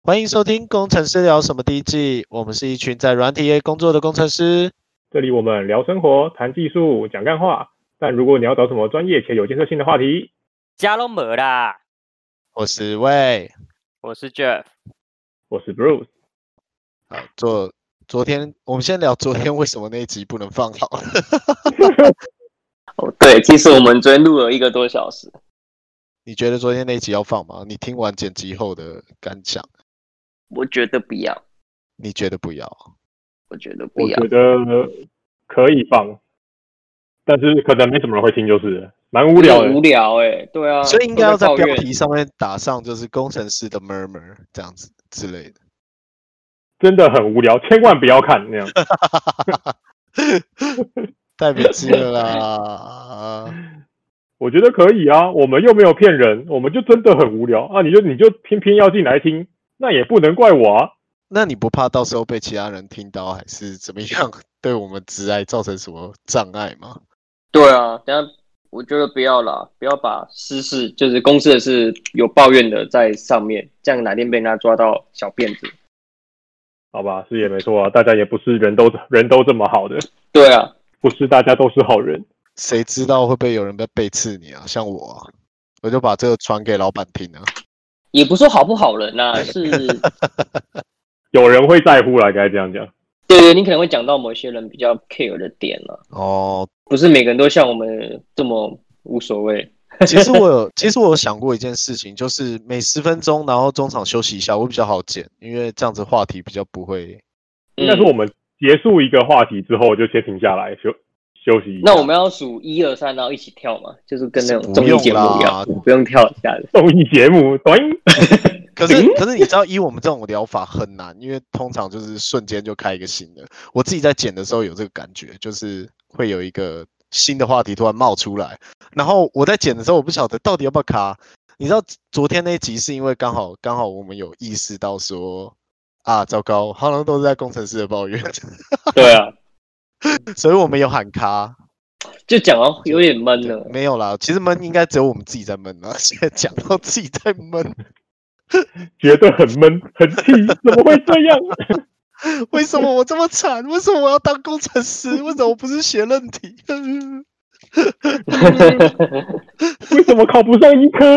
欢迎收听《工程师聊什么》第一季，我们是一群在软体业工作的工程师。这里我们聊生活、谈技术、讲干话。但如果你要找什么专业且有建设性的话题，家都没啦。我是魏，我是 Jeff，我是 Bruce。好，昨昨天我们先聊昨天为什么那一集不能放好了。哦， 对，其实我们昨天录了一个多小时。你觉得昨天那一集要放吗？你听完剪辑后的感想，我觉得不要，你觉得不要？我觉得不我要觉。得可以放，但是可能没什么人会听，就是了蛮无聊欸很无的。聊哎、对啊，所以应该要在都抱标怨题上面打上就是工程师的 murmur 这样子之类的。真的很无聊，千万不要看 那样。太没 劲了啦！我觉得可以啊，我们又没有骗人，我们就真的很无聊啊！你就你就偏偏要进来听，那也不能怪我啊。那你不怕到时候被其他人听到，还是怎么样， 对我们职爱造成什么障碍吗？对啊，等一下我觉得不要啦，不要把私事就是公司的事有抱怨的在上面，这样哪天被人家抓到小辫子。好吧，是也没错啊，大家也不是人都人都这么好的，对啊，不是大家都是好人。谁知道会不会有人在背刺你啊？像我啊，我就把这个传给老板听啊。也不是说好不好人啦、 是，有人会在乎啦，该这样讲。对对，你可能会讲到某些人比较 care 的点啦、哦，不是每个人都像我们这么无所谓。其实我有，其实我有想过一件事情，就是每十分钟，然后中场休息一下，我比较好剪，因为这样子话题比较不会。嗯应该是我们结束一个话题之后就先停下来休休息一下。那我们要数一二三，然后一起跳嘛，就是跟那种不综用艺节目一啦样，不用跳一下的。综艺节目，抖音可是，可是你知道，以我们这种疗法很难，因为通常就是瞬间就开一个新的。我自己在剪的时候有这个感觉，就是会有一个新的话题突然冒出来，然后我在剪的时候，我不晓得到底要不要卡。你知道昨天那一集是因为刚好刚好我们有意识到说啊，糟糕，好像都是在工程师的抱怨， 对啊，所以我们有喊卡。 就讲哦，有点闷对 了。没有啦，其实闷应该只有我们自己在闷啊， 现在讲到自己在闷，觉得很闷 很气，怎么会这样？ 为什么我这么惨？为什么我要当工程师？为什么我不是学论题？ 为什么考不上医科？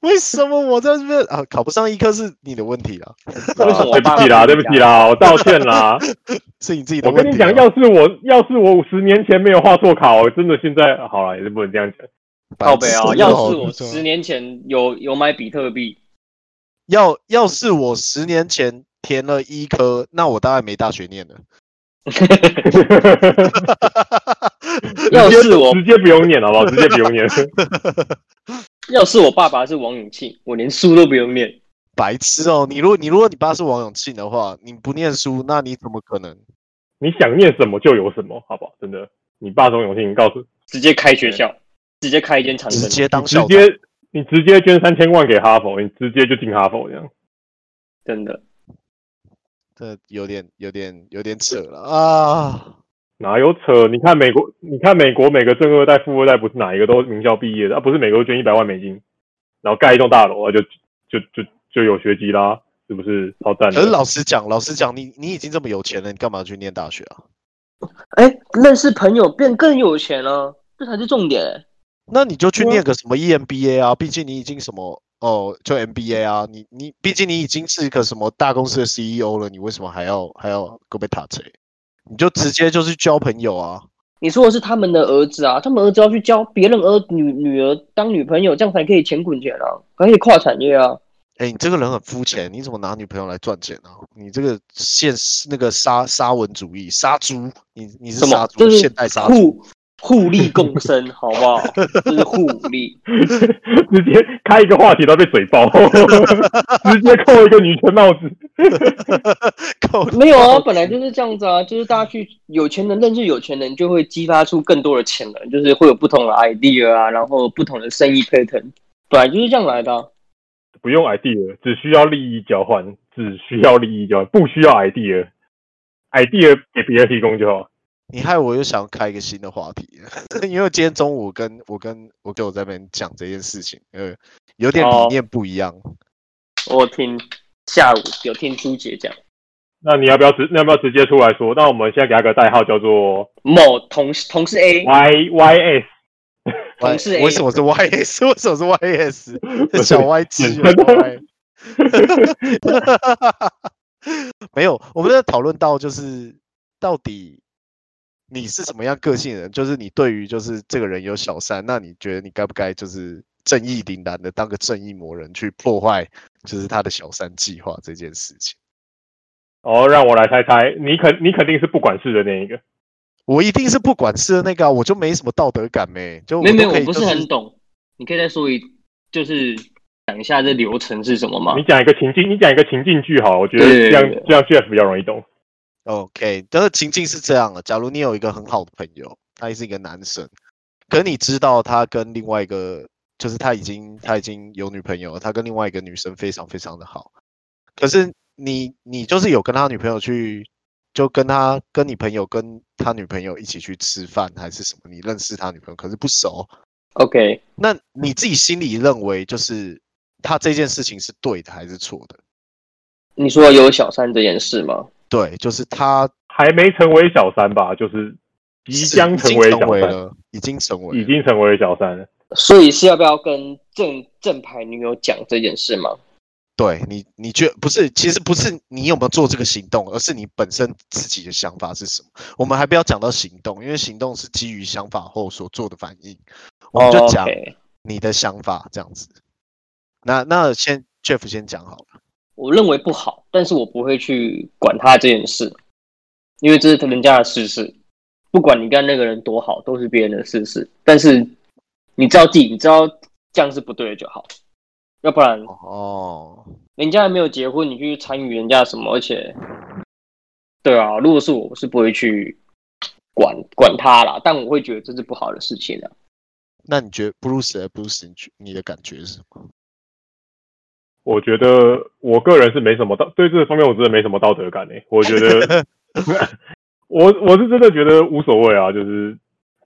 为什么我在这边啊考不上医科是你的问题啦，为什么对我不爸起啦，爸对不起啦，我道歉 啦。是你自己的我问跟题啦。啊你讲，要哦是我要是我十年前没有画错卡，我真的现在好了，也是不能这样讲。 白靠北痴啊！哦要是我十年前有有买比特币，要要是我十年前填了医科，那我大概没大学念了。 要是我直接不用念好不好？直接不用念。 要是我爸爸是王永庆，我连书都不用念。白痴哦！你如果你如果你爸是王永庆的话，你不念书，那你怎么可能？你想念什么就有什么，好不好？真的，你爸钟永信告诉直接开学校，直接开一间长直生，接当直校长？接你直接捐三千万给哈佛，你直接就进哈佛这样。真的。这有点有点有点扯了啊！哪有扯？你看美国，你看美国每个正二代、富二代不是哪一个都是名校毕业的，啊，不是每个都捐一百万美金，然后盖一栋大楼啊，就就就就有学籍啦，是不是？超赞可是的！老实讲，老实讲，你你已经这么有钱了，你干嘛去念大学啊？哎、认识朋友变更有钱了、这才是重点、那你就去对啊念个什么 EMBA 啊，毕竟你已经什么哦，就 MBA 啊，你你毕竟你已经是个什么大公司的 CEO 了，你为什么还要还要够被塔车？你就直接就去交朋友啊！你说的是他们的儿子啊，他们儿子要去交别人儿女女儿当女朋友，这样才可以钱滚钱啊，还可以跨产业啊。哎，你这个人很肤浅，你怎么拿女朋友来赚钱啊？你这个现那个沙沙文主义杀猪，你你是什么杀猪，就是现代杀猪，互互利共生，好不好？ 这是互利。 直接开一个话题都被嘴爆， 直接扣一个女权帽子。够没有啊，本来就是这样子啊，就是大家去有钱人认识有钱人，就会激发出更多的潜能，就是会有不同的 idea 啊，然后不同的生意 pattern，本来就是这样来的啊、不用 idea，只需要利益交换，只需要利益交换，不需要 idea。idea 给别人提供就好。你害我又想要开一个新的话题 了，因为今天中午我跟我跟我跟我在那边讲这件事情，呃，有点理哦念不一样。我听下午有听朱姐讲那你要不要直？那要不要直接出来说？那我们现在给他个代号叫做某同事同事 A， Y Y S，同事 A 哎为什么是 YS？为什么是 YS？这小 Y 七简单啊 Y。没有，我们在讨论到就是到底你是什么样个性的人，就是你对于就是这个人有小三，那你觉得你该不该就是正义凛然的当个正义魔人去破坏就是他的小三计划这件事情？哦，让我来猜猜，你肯你肯定是不管事的那一个。我一定是不管事的那个、啊，我就没什么道德感没、就没有没有，都可我以不就是很懂，你可以再说一，就是讲一下这流程是什么吗你？讲一个情境，你讲一个情境剧好了，我觉得啊对这样这样 Jeff 比较容易懂。 OK，但是情境是这样的：假如你有一个很好的朋友，他也是一个男生，可你知道他跟另外一个，就是他已经他已经有女朋友了，他跟另外一个女生非常非常的好，可是你你就是有跟他女朋友去，就跟他跟你朋友跟他女朋友一起去吃饭还是什么，你认识他女朋友，可是不熟， OK，那你自己心里认为就是他这件事情是对的还是错的？你说有小三这件事吗？对，就是他还没成为小三吧，就是即是将已成经为成小为三，了，已经成为已了。经成为小三了。所以是要不要跟正正牌女友讲这件事吗？对你，你觉不是？其实不是你有没有做这个行动，而是你本身自己的想法是什么。我们还不要讲到行动，因为行动是基于想法后所做的反应。我们就讲 o k 你的想法这样子。那那先 Jeff 先讲好了。我认为不好，但是我不会去管他这件事，因为这是人家的私事。不管你跟那个人多好，都是别人的私事。但是你知道自己，你知道这样是不对的就好，要不然哦，人家还没有结婚，你去参与人家什么？而且，对啊，如果是我，我是不会去管管他啦，但我会觉得这是不好的事情啊。那你觉得 Bruce 呢 Bruce 你觉你的感觉是什么？我觉得我个人是没什么道，对这方面我真的没什么道德感诶、欸我觉 得我我是真的觉得无所谓啊，就是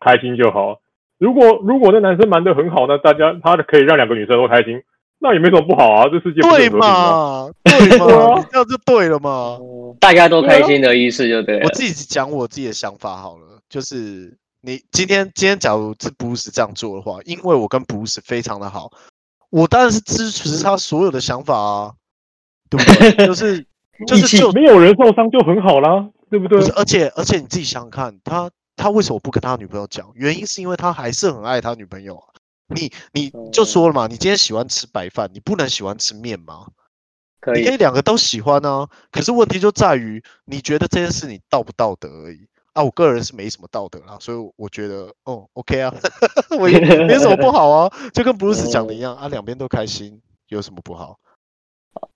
开心就好。如果如果那男生瞒得很好，那大家他可以让两个女生都开心，那也没什么不好啊。这世界不是对很和平吗？嘛，对嘛，啊你这样就对了嘛。大家都开心的意思就对了哦我。自己讲我自己的想法好了，就是你今天今天假如是 Bruce 这样做的话，因为我跟 Bruce 非常的好，我当然是支持他所有的想法啊，对不对？就是就义是气就没有人受伤就很好啦，对不对不？是，啊而且而且你自己想想看，他他为什么不跟他女朋友讲？原因是因为他还是很爱他女朋友啊。你你就哦说了嘛，你今天喜欢吃白饭，你不能喜欢吃面吗？可你以可以两个都喜欢啊，可是问题就在于你觉得这件事你道不道德而已啊。我个人是没什么道德啦，所以我我觉得哦，OK 啊， 我 也没什么不好啊，就跟 Bruce 讲的一哦样啊，两边都开心，有什么不好？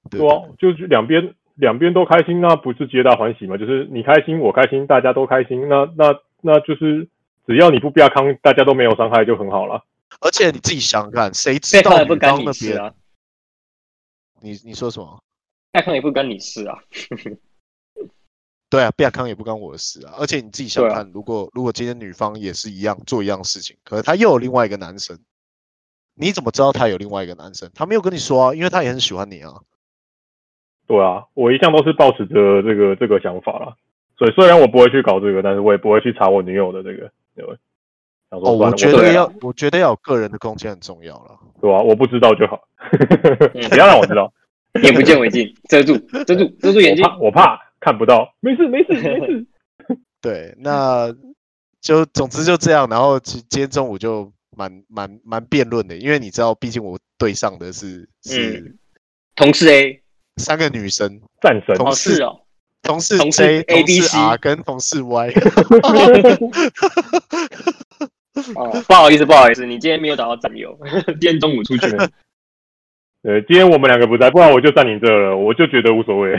对对啊，就是两边两边都开心，那不是皆大欢喜嘛？就是你开心，我开心，大家都开心，那那那就是只要你不啪康，大家都没有伤害就很好了。而且你自己想想看，谁知再看道也不女干方你那事边？啊，你你说什么？再看也不干你事啊。对啊，贝亚康也不干我的事啊。而且你自己想对啊看，如果如果今天女方也是一样做一样事情，可是她又有另外一个男生，你怎么知道她有另外一个男生？她没有跟你说啊，因为她也很喜欢你啊。对啊，我一向都是抱持着这个这个想法啦。所以虽然我不会去搞这个，但是我也不会去查我女友的这个，对吧想哦，说算我了，觉我得对啊要，我觉得要有个人的空间很重要了。对啊，我不知道 就好，不要让我知道， 眼不见为净，遮住，遮住，遮住眼嗯我睛。怕我怕看不到，没事没事 没事。对，那嗯就总之就这样。然后其今天中午就蛮蛮蛮辩论的，因为你知道，毕竟我对上的是嗯是同事 A，三个女生，战神，啊同哦事是哦，同事同事 J、 A 同 B 事 C R 跟同事 Y。哦，不好意思，不好意思，你今天没有找到战友，今天中午出去 了。呃，今天我们两个不在，不然我就站你这了，我就觉得无所谓。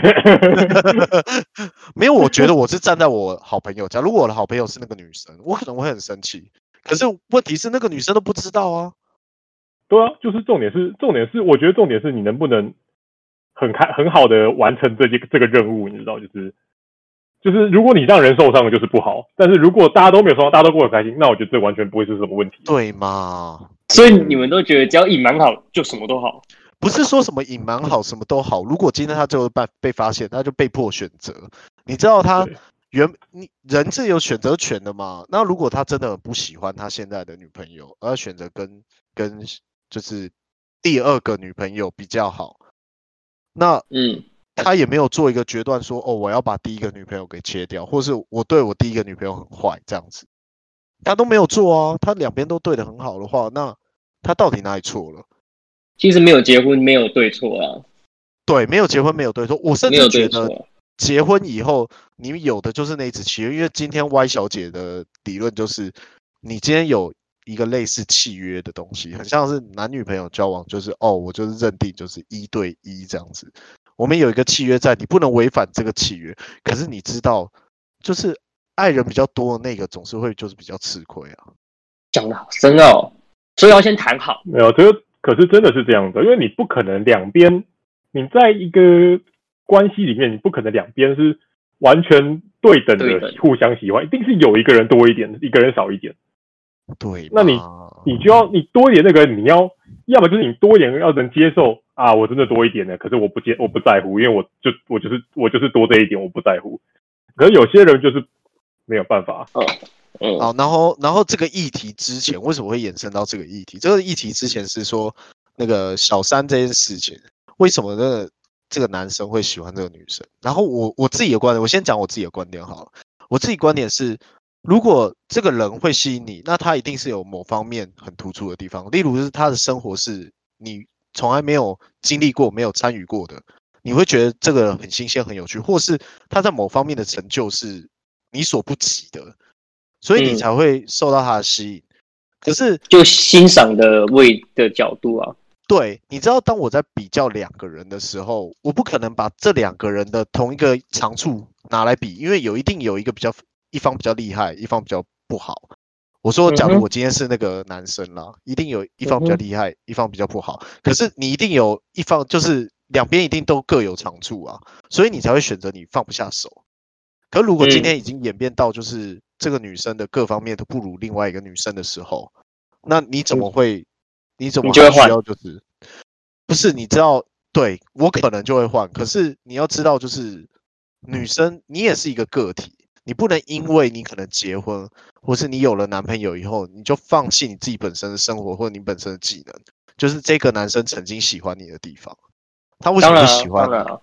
没有，我觉得我是站在我好朋友家。如果我的好朋友是那个女生，我可能会很生气。可是问题是，那个女生都不知道啊。对啊，就是重点是重点是，我觉得重点是你能不能很开很好的完成这些这个任务，你知道，就是就是如果你让人受伤了，就是不好。但是如果大家都没有受伤，大家都过得开心，那我觉得这完全不会是什么问题。对嘛？所以你们都觉得只要瘾蛮好，就什么都好。不是说什么隐瞒好，什么都好。如果今天他最后被被发现，他就被迫选择。你知道他对原你人是有选择权的嘛？那如果他真的很不喜欢他现在的女朋友，而选择跟跟就是第二个女朋友比较好，那嗯，他也没有做一个决断说，哦，我要把第一个女朋友给切掉，或是我对我第一个女朋友很坏这样子，他都没有做啊。他两边都对的很好的话，那他到底哪里错了？其实没有结婚没有对错啊，对，没有结婚没有对错，我甚没有至对觉错得啊，结婚以后，你有的就是那一只契约。因为今天 Y 小姐的理论就是，你今天有一个类似契约的东西，很像是男女朋友交往，就是哦，我就是认定就是一对一这样子。我们有一个契约在，你不能违反这个契约。可是你知道，就是爱人比较多的那个，总是会就是比较吃亏啊。讲的好深奥哦，所以要先谈好。没有，这个可是真的是这样的，因为你不可能两边，你在一个关系里面，你不可能两边是完全对等对的等互相喜欢，一定是有一个人多一点，一个人少一点。对嘛，那你就要你多一点那个，你要要么就是你多一点要能接受啊，我真的多一点了，可是我不接我不在乎，因为我就我就是我就是多这一点，我不在乎。可是有些人就是没有办法，嗯，好，然后然后这个议题之前为什么会延伸到这个议题？这个议题之前是说那个小三这件事情，为什么那个这个男生会喜欢这个女生？然后我我自己的观点，我先讲我自己的观点好了。我自己观点是，如果这个人会吸引你，那他一定是有某方面很突出的地方，例如是他的生活是你从来没有经历过、没有参与过的，你会觉得这个人很新鲜、很有趣，或是他在某方面的成就是你所不及的，所以你嗯才会受到他的吸引。可是就欣赏的位的角度啊，对，你知道，当我在比较两个人的时候，我不可能把这两个人的同一个长处拿来比，因为有一定有一个比较一方比较厉害，一方比较不好。我说，假嗯如哼我今天是那个男生啦，一定有一方比较嗯哼厉害，一方比较不好。可是你一定有一方，就是两边一定都各有长处啊，所以你才会选择你放不下手。可如果今嗯天已经演变到就是这个女生的各方面都不如另外一个女生的时候，那你怎么会？你怎么嗯你就会还需换要就是？不是，你知道，对我可能就会换，可是你要知道，就是女生你也是一个个体，你不能因嗯为你可能结婚，或是你有了男朋友以后，你就放弃你自己本身的生活或你本身的技能，就是这个男生曾经喜欢你的地方，他为什当么然会啊喜欢当你？然啊，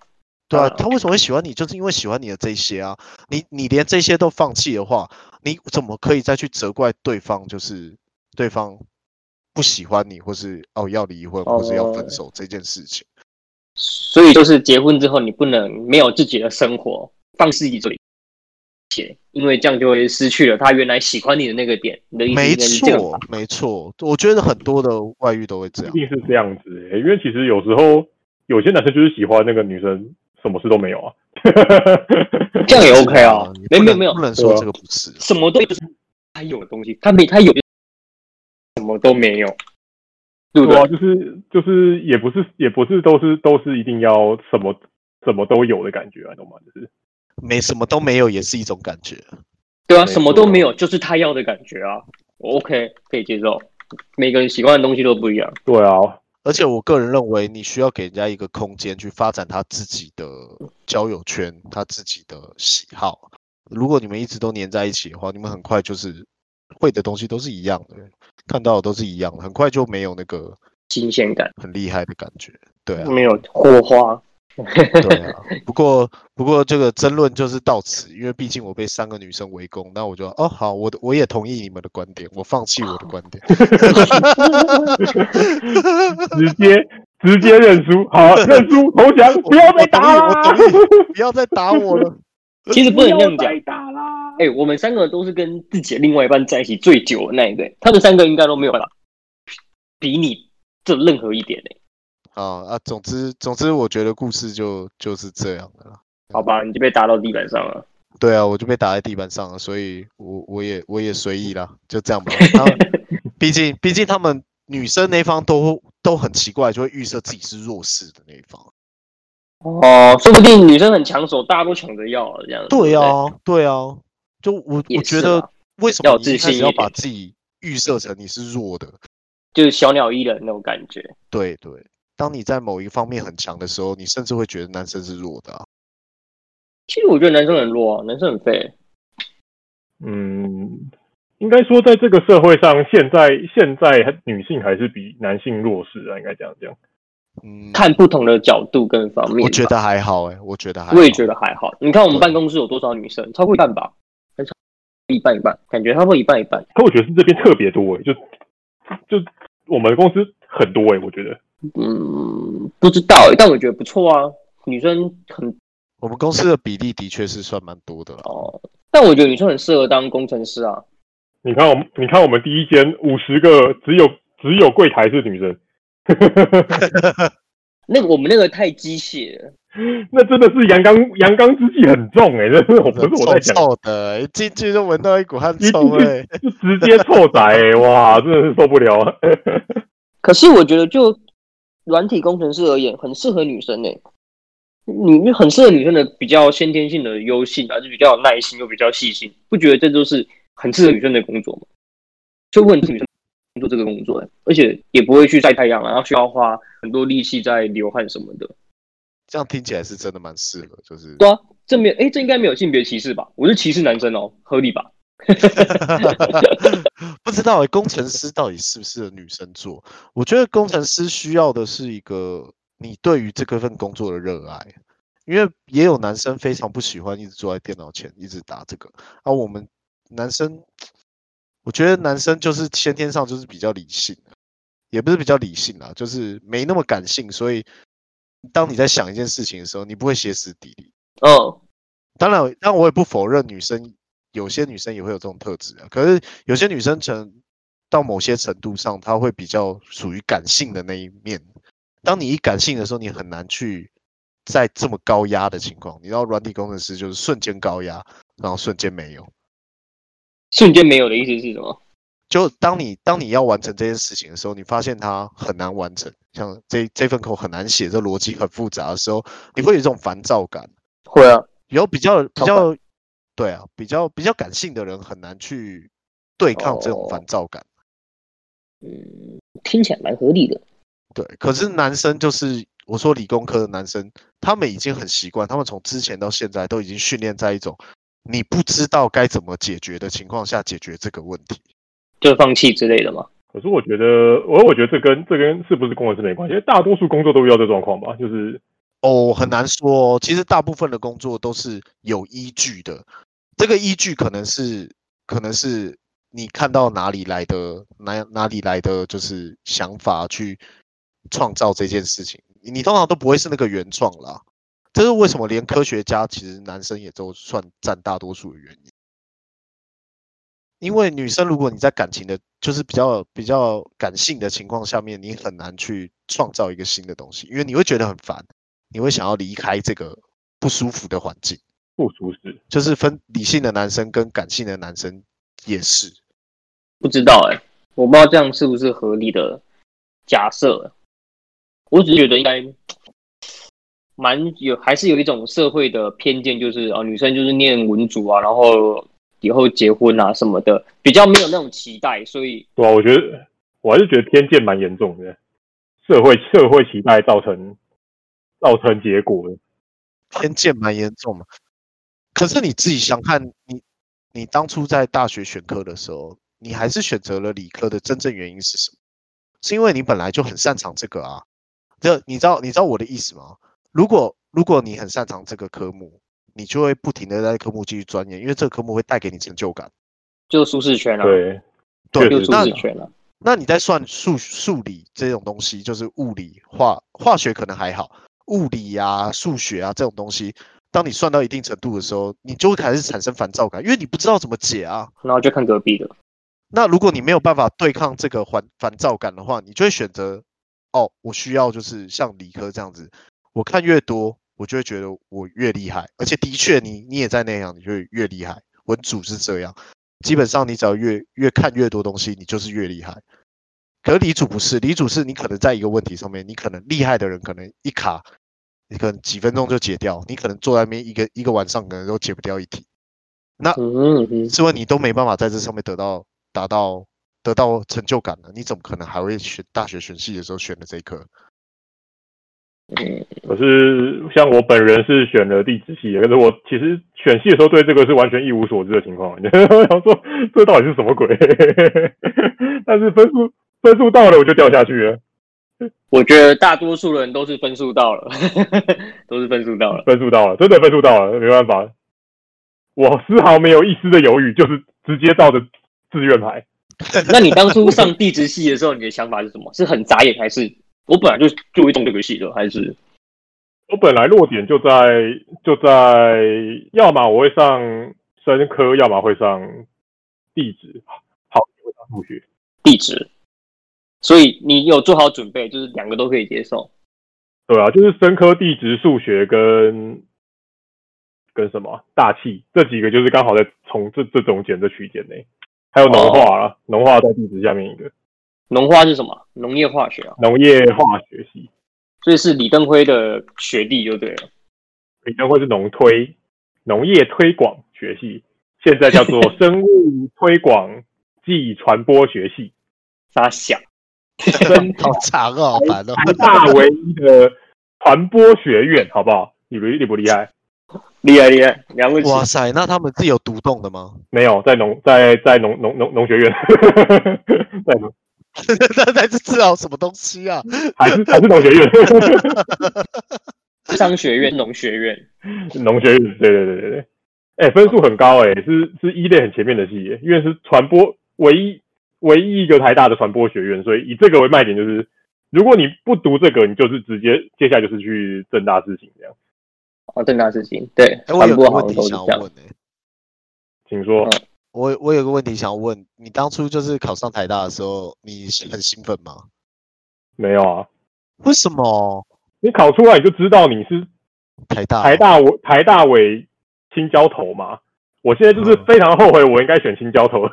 对啊，当然他为什么会喜欢你？就是因为喜欢你的这一些啊。你你连这些都放弃的话，你怎么可以再去责怪对方？就是对方不喜欢你，或是哦要离婚，或是要分哦手这件事情。所以就是结婚之后，你不能没有自己的生活，放自己嘴，因为这样就会失去了他原来喜欢你的那个点。你的意思没应该是这样错吧？，没错，我觉得很多的外遇都会这一样。定是啊这样子、欸因为其实有时候有些男生就是喜欢那个女生，什么事都没有 啊。这样也是 OK 啊你，没不没有能没有不，能对说啊这个不是啊。什么都他有的东西，他没他有什么都没有，对对不对啊，？就是就是也不是也不是都是都是一定要什么什么都有的感觉啊，你懂吗？就是没什么都没有也是一种感觉。对啊，没什么都错没有，就是他要的感觉啊。我 OK 可以接受，每个人喜欢的东西都不一样。对啊，而且我个人认为，你需要给人家一个空间去发展他自己的交友圈，他自己的喜好。如果你们一直都黏在一起的话，你们很快就是会的东西都是一样的，看到的都是一样的，很快就没有那个新鲜感，很厉害的感觉。对啊，没有火花。对啊。不过，不过这个争论就是到此，因为毕竟我被三个女生围攻，那我就哦好，我的我也同意你们的观点，我放弃我的观点。直接直接认输， 好认输投降， 不要再打啊啦，我懂你，我懂你，不要再打我了。呃其实不能这样不要讲再，打啦。哎、我们三个都是跟自己的另外一半在一起最久的那一个，他们三个应该都没有办法比你这任何一点哎、啊啊，总之总之，我觉得故事就就是这样的啦。好吧，你就被打到地板上了。对啊，我就被打在地板上了，所以我我也我也随意啦，就这样吧。然后 毕竟毕竟他们女生那方都都很奇怪，就会预设自己是弱势的那一方。哦，说不定女生很抢手，大家都抢着要了这样子。对不啊，对啊，就我也我觉是得啊为什么要有你自一开始信一要把点自己预设成你是弱的？就是小鸟依人那种感觉。对对，当你在某一方面很强的时候，你甚至会觉得男生是弱的、啊。其实我觉得男生很弱啊，男生很废。嗯，应该说在这个社会上，现在现在女性还是比男性弱势啊，应该这样讲。嗯，看不同的角度跟方面吧，我觉得还好哎、我觉得还好，我也觉得还好。你看我们对办公室有多少女生？超过一半吧，很少，一半一半，感觉他会一半一半。可我觉得是这边特别多欸诶、就就我们公司很多欸诶、我觉得嗯，不知道、欸，但我觉得不错啊，女生很我们公司的比例的确是算蛮多的了。哦，但我觉得女生很适合当工程师啊。你看我们你看我们第一间五十个只有只有柜台是女生， 那个我们那个太机械了，那真的是阳刚阳刚之气很重诶、真哦的我不是我在臭讲，臭的，一进去就闻到一股 汗一进臭去味。就直接臭宅诶、哇，真的是受不了 啊！可是我觉得就软体工程师而言，很适合女生诶、欸女很适合女生的比较先天性的优性啊，就比较有耐心又比较细心，不觉得这就是很适合女生的工作吗？就问女生做这个工作、欸，而且也不会去晒太阳啊，然后需要花很多力气在流汗什么的。这样听起来是真的蛮适合，就是对啊，这没有，哎，这应该没有性别歧视吧？我是歧视男生哦，合理吧？ 不知道、欸、工程师到底适不适合女生做？我觉得工程师需要的是一个你对于这个份工作的热爱，因为也有男生非常不喜欢一直坐在电脑前一直打这个，而、我们男生，我觉得男生就是先天上就是比较理性的，也不是比较理性啦，就是没那么感性，所以当你在想一件事情的时候，你不会歇斯底里。嗯，当然，但我也不否认女生有些女生也会有这种特质啊。可是有些女生成到某些程度上，她会比较属于感性的那一面。当你一感性的时候，你很难去在这么高压的情况。你知道，软体工程师就是瞬间高压，然后瞬间没有。瞬间没有的意思是什么？就当你当你要完成这件事情的时候，你发现它很难完成，像这这份扣很难写，这逻辑很复杂的时候，你会有一种烦躁感。会啊，有比较比超较，对啊，比较比较感性的人很难去对抗这种哦烦躁感。嗯，听起来蛮合理的。对，可是男生就是我说理工科的男生，他们已经很习惯，他们从之前到现在都已经训练在一种你不知道该怎么解决的情况下解决这个问题。就放弃之类的嘛。可是我觉得，我我觉得这跟这跟是不是工程师没关系，因为大多数工作都遇到这状况吧，就是哦，很难说、哦。其实大部分的工作都是有依据的，这个依据可能是可能是你看到哪里来的哪哪里来的就是想法去创造这件事情，你通常都不会是那个原创啦。这是为什么连科学家其实男生也都算占大多数的原因。因为女生，如果你在感情的，就是比较比较感性的情况下面，你很难去创造一个新的东西，因为你会觉得很烦。你会想要离开这个不舒服的环境，不舒适。就是分理性的男生跟感性的男生也是。不知道哎、我不知道这样是不是合理的假设。我只是觉得应该蛮有，还是有一种社会的偏见，就是哦，女生就是念文组啊，然后以后结婚啊什么的，比较没有那种期待，所以对啊，我觉得我还是觉得偏见蛮严重的，社会社会期待造成造成结果的。偏见蛮严重的。可是你自己想看，你你当初在大学选科的时候，你还是选择了理科的，真正原因是什么？是因为你本来就很擅长这个啊。这你知道你知道我的意思吗？如果如果你很擅长这个科目，你就会不停的在科目继续钻研，因为这个科目会带给你成就感。就舒适圈啊，对，对确就实舒那适圈啊。那你在算数数理这种东西，就是物理、化化学可能还好，物理啊、数学啊这种东西，当你算到一定程度的时候，你就会开始产生烦躁感，因为你不知道怎么解啊。然后就看隔壁的，那如果你没有办法对抗这个烦烦躁感的话，你就会选择，哦，我需要就是像理科这样子，我看越多，我就会觉得我越厉害，而且的确你你也在那样，你就会越厉害。文组是这样，基本上你只要越越看越多东西，你就是越厉害。可是理组不是，理组是你可能在一个问题上面，你可能厉害的人可能一卡，你可能几分钟就解掉，你可能坐在那边一个一个晚上可能都解不掉一题。嗯嗯，是问你都没办法在这上面得到达到得到成就感了，你怎么可能还会选大学选系的时候选的这一科？嗯，可是像我本人是选了地质系的，可是我其实选系的时候对这个是完全一无所知的情况， 我想说这到底是什么鬼？ 但是分数分数到了我就掉下去了，我觉得大多数人都是分数到了， 都是分数到了。分数到了，真的分数到了，没办法，我丝毫没有一丝的犹豫，就是直接照着志愿排。那你当初上地质系的时候，你的想法是什么？是很眨眼，还是我本来就就会动这个系的，还是我本来落点就在就在，要么我会上生科，要么会上地质，好，我会上数学。地质？所以你有做好准备，就是两个都可以接受。对啊，就是生科、地质、数学跟跟什么大气这几个，就是刚好在从这这中间这区间内，还有农化啊，农化在地质下面一个农化是什么？农业化学啊，农业化学系，所以是李登辉的学弟就对了。理论会是农推，农业推广学系，现在叫做生物推广暨传播学系，他想，好长哦，好烦哦。台大唯一的传播学院，好不好？你不厉不厉害？厉害厉害，两位是哇塞，那他们是有独栋的吗？ 没有，在农在在农农农农学院， 在农那才是治疗什么东西啊？还是还是农学院。 商学院、农学院，农学院，对对对对对，哎、分数很高哎、是是一类很前面的系哎耶，因为是传播唯一唯一一个台大的传播学院，所以以这个为卖点，就是如果你不读这个，你就是直接接下来就是去正大事情这样，哦，正大事情，对，哎、我传有播个好问题像都是想要这样。问哎、请说。嗯我我有个问题想要问，你当初就是考上台大的时候，你是很兴奋吗？没有啊，为什么你考出来你就知道你是台大？ 台大我台大尾青椒头嘛。我现在就是嗯非常后悔，我应该选青椒头。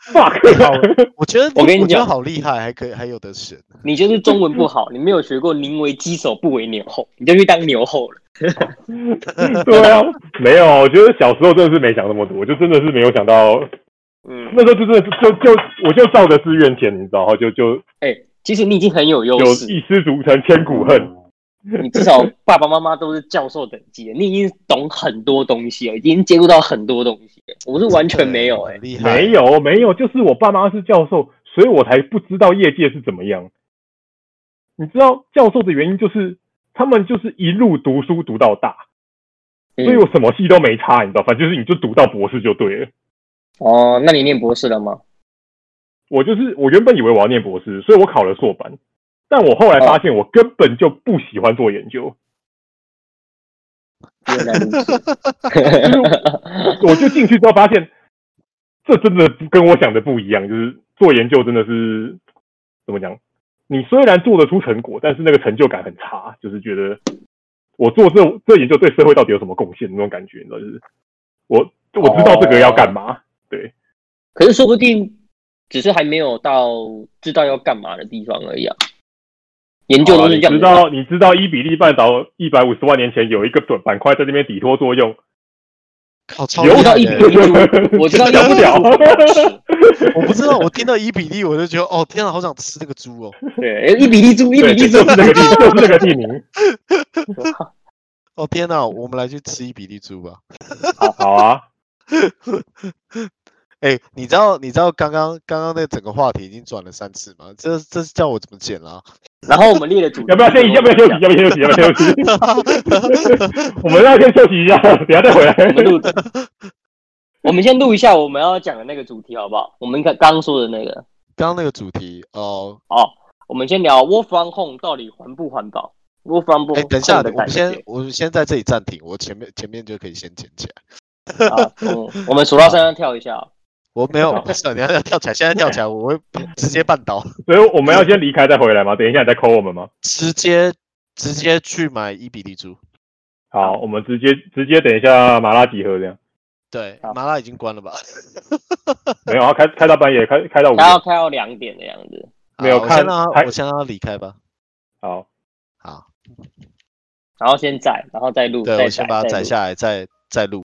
fuck，我 觉得我跟你觉得讲好厉害，还可以还有得选。你就是中文不 好，你没有学过“宁为鸡首不为牛后”，你就去当牛后了。对啊，没有，我觉得小时候真的是没想那么多，就真的是没有想到嗯，那时候就真的就就我就照着志愿填，你知道吗？就就哎、其实你已经很有优有势，一失足成千古恨。嗯你至少爸爸妈妈都是教授等级的，你已经懂很多东西了，已经接触到很多东西了。我是完全没有哎、很厉害，没有没有，就是我爸妈是教授，所以我才不知道业界是怎么样。你知道教授的原因就是他们就是一路读书读到大，嗯所以我什么系都没差，你知道，反正就是你就读到博士就对了。哦，那你念博士了吗？我就是我原本以为我要念博士，所以我考了硕班，但我后来发现我根本就不喜欢做研究，原来 如此， 我就进去之后发现，这真的跟我想的不一样，就是做研究真的是怎么讲？你虽然做得出成果，但是那个成就感很差，就是觉得我做这这研究对社会到底有什么贡献那种感觉，你知道，就是我我知道这个要干嘛，哦可是说不定只是还没有到知道要干嘛的地方而已啊。研究好都啦是你这样知子的，道你知道一比例半岛一百五十万年前有一个短板块在那边抵托作用，靠，超有厉哦我知道害的欸一比一猪，我知道一比一屌不屌猪，我不知道，我听到一比例我就觉得，哦天啊，好想吃那个猪哦，对，一比一猪，一对，比就一是猪这，个地，就是这个地名。哦天啊，我们来去吃一比例猪吧。好好啊，哎、你知道你知道刚刚刚刚那整个话题已经转了三次吗？这这是叫我怎么剪啊 啦、然后我们列了主题，要不要先要不要休息？要不要先休息？要不要先休息？ 我们要先休息一下，等一下再 回来。我们录，我们先录一下我们要讲的那个主题好不好？我们刚刚说的那个刚刚那个主题哦，哦，我们先聊 work from home 到底环不环保？work from home 哎、等一下，的我们感先觉我们先在这里暂停，我前面前面就可以先剪起来。啊，嗯，我们数到三要跳一下哦。我没有，不是你要要跳起来，现在跳起来我 会直接绊倒，所以我们要先离开再回来吗？等一下你再扣我们吗？直接直接去买一比例猪。好，我们直接直接等一下麻辣集合这样。对好，麻辣已经关了 吧？没有，啊，开开到半夜，开开到五点他。要开到两点的样子。没有好我看先让他，还我先让他离开吧。好，好，然后先载，然后再录，对再我先载把它再载录下来，再再录。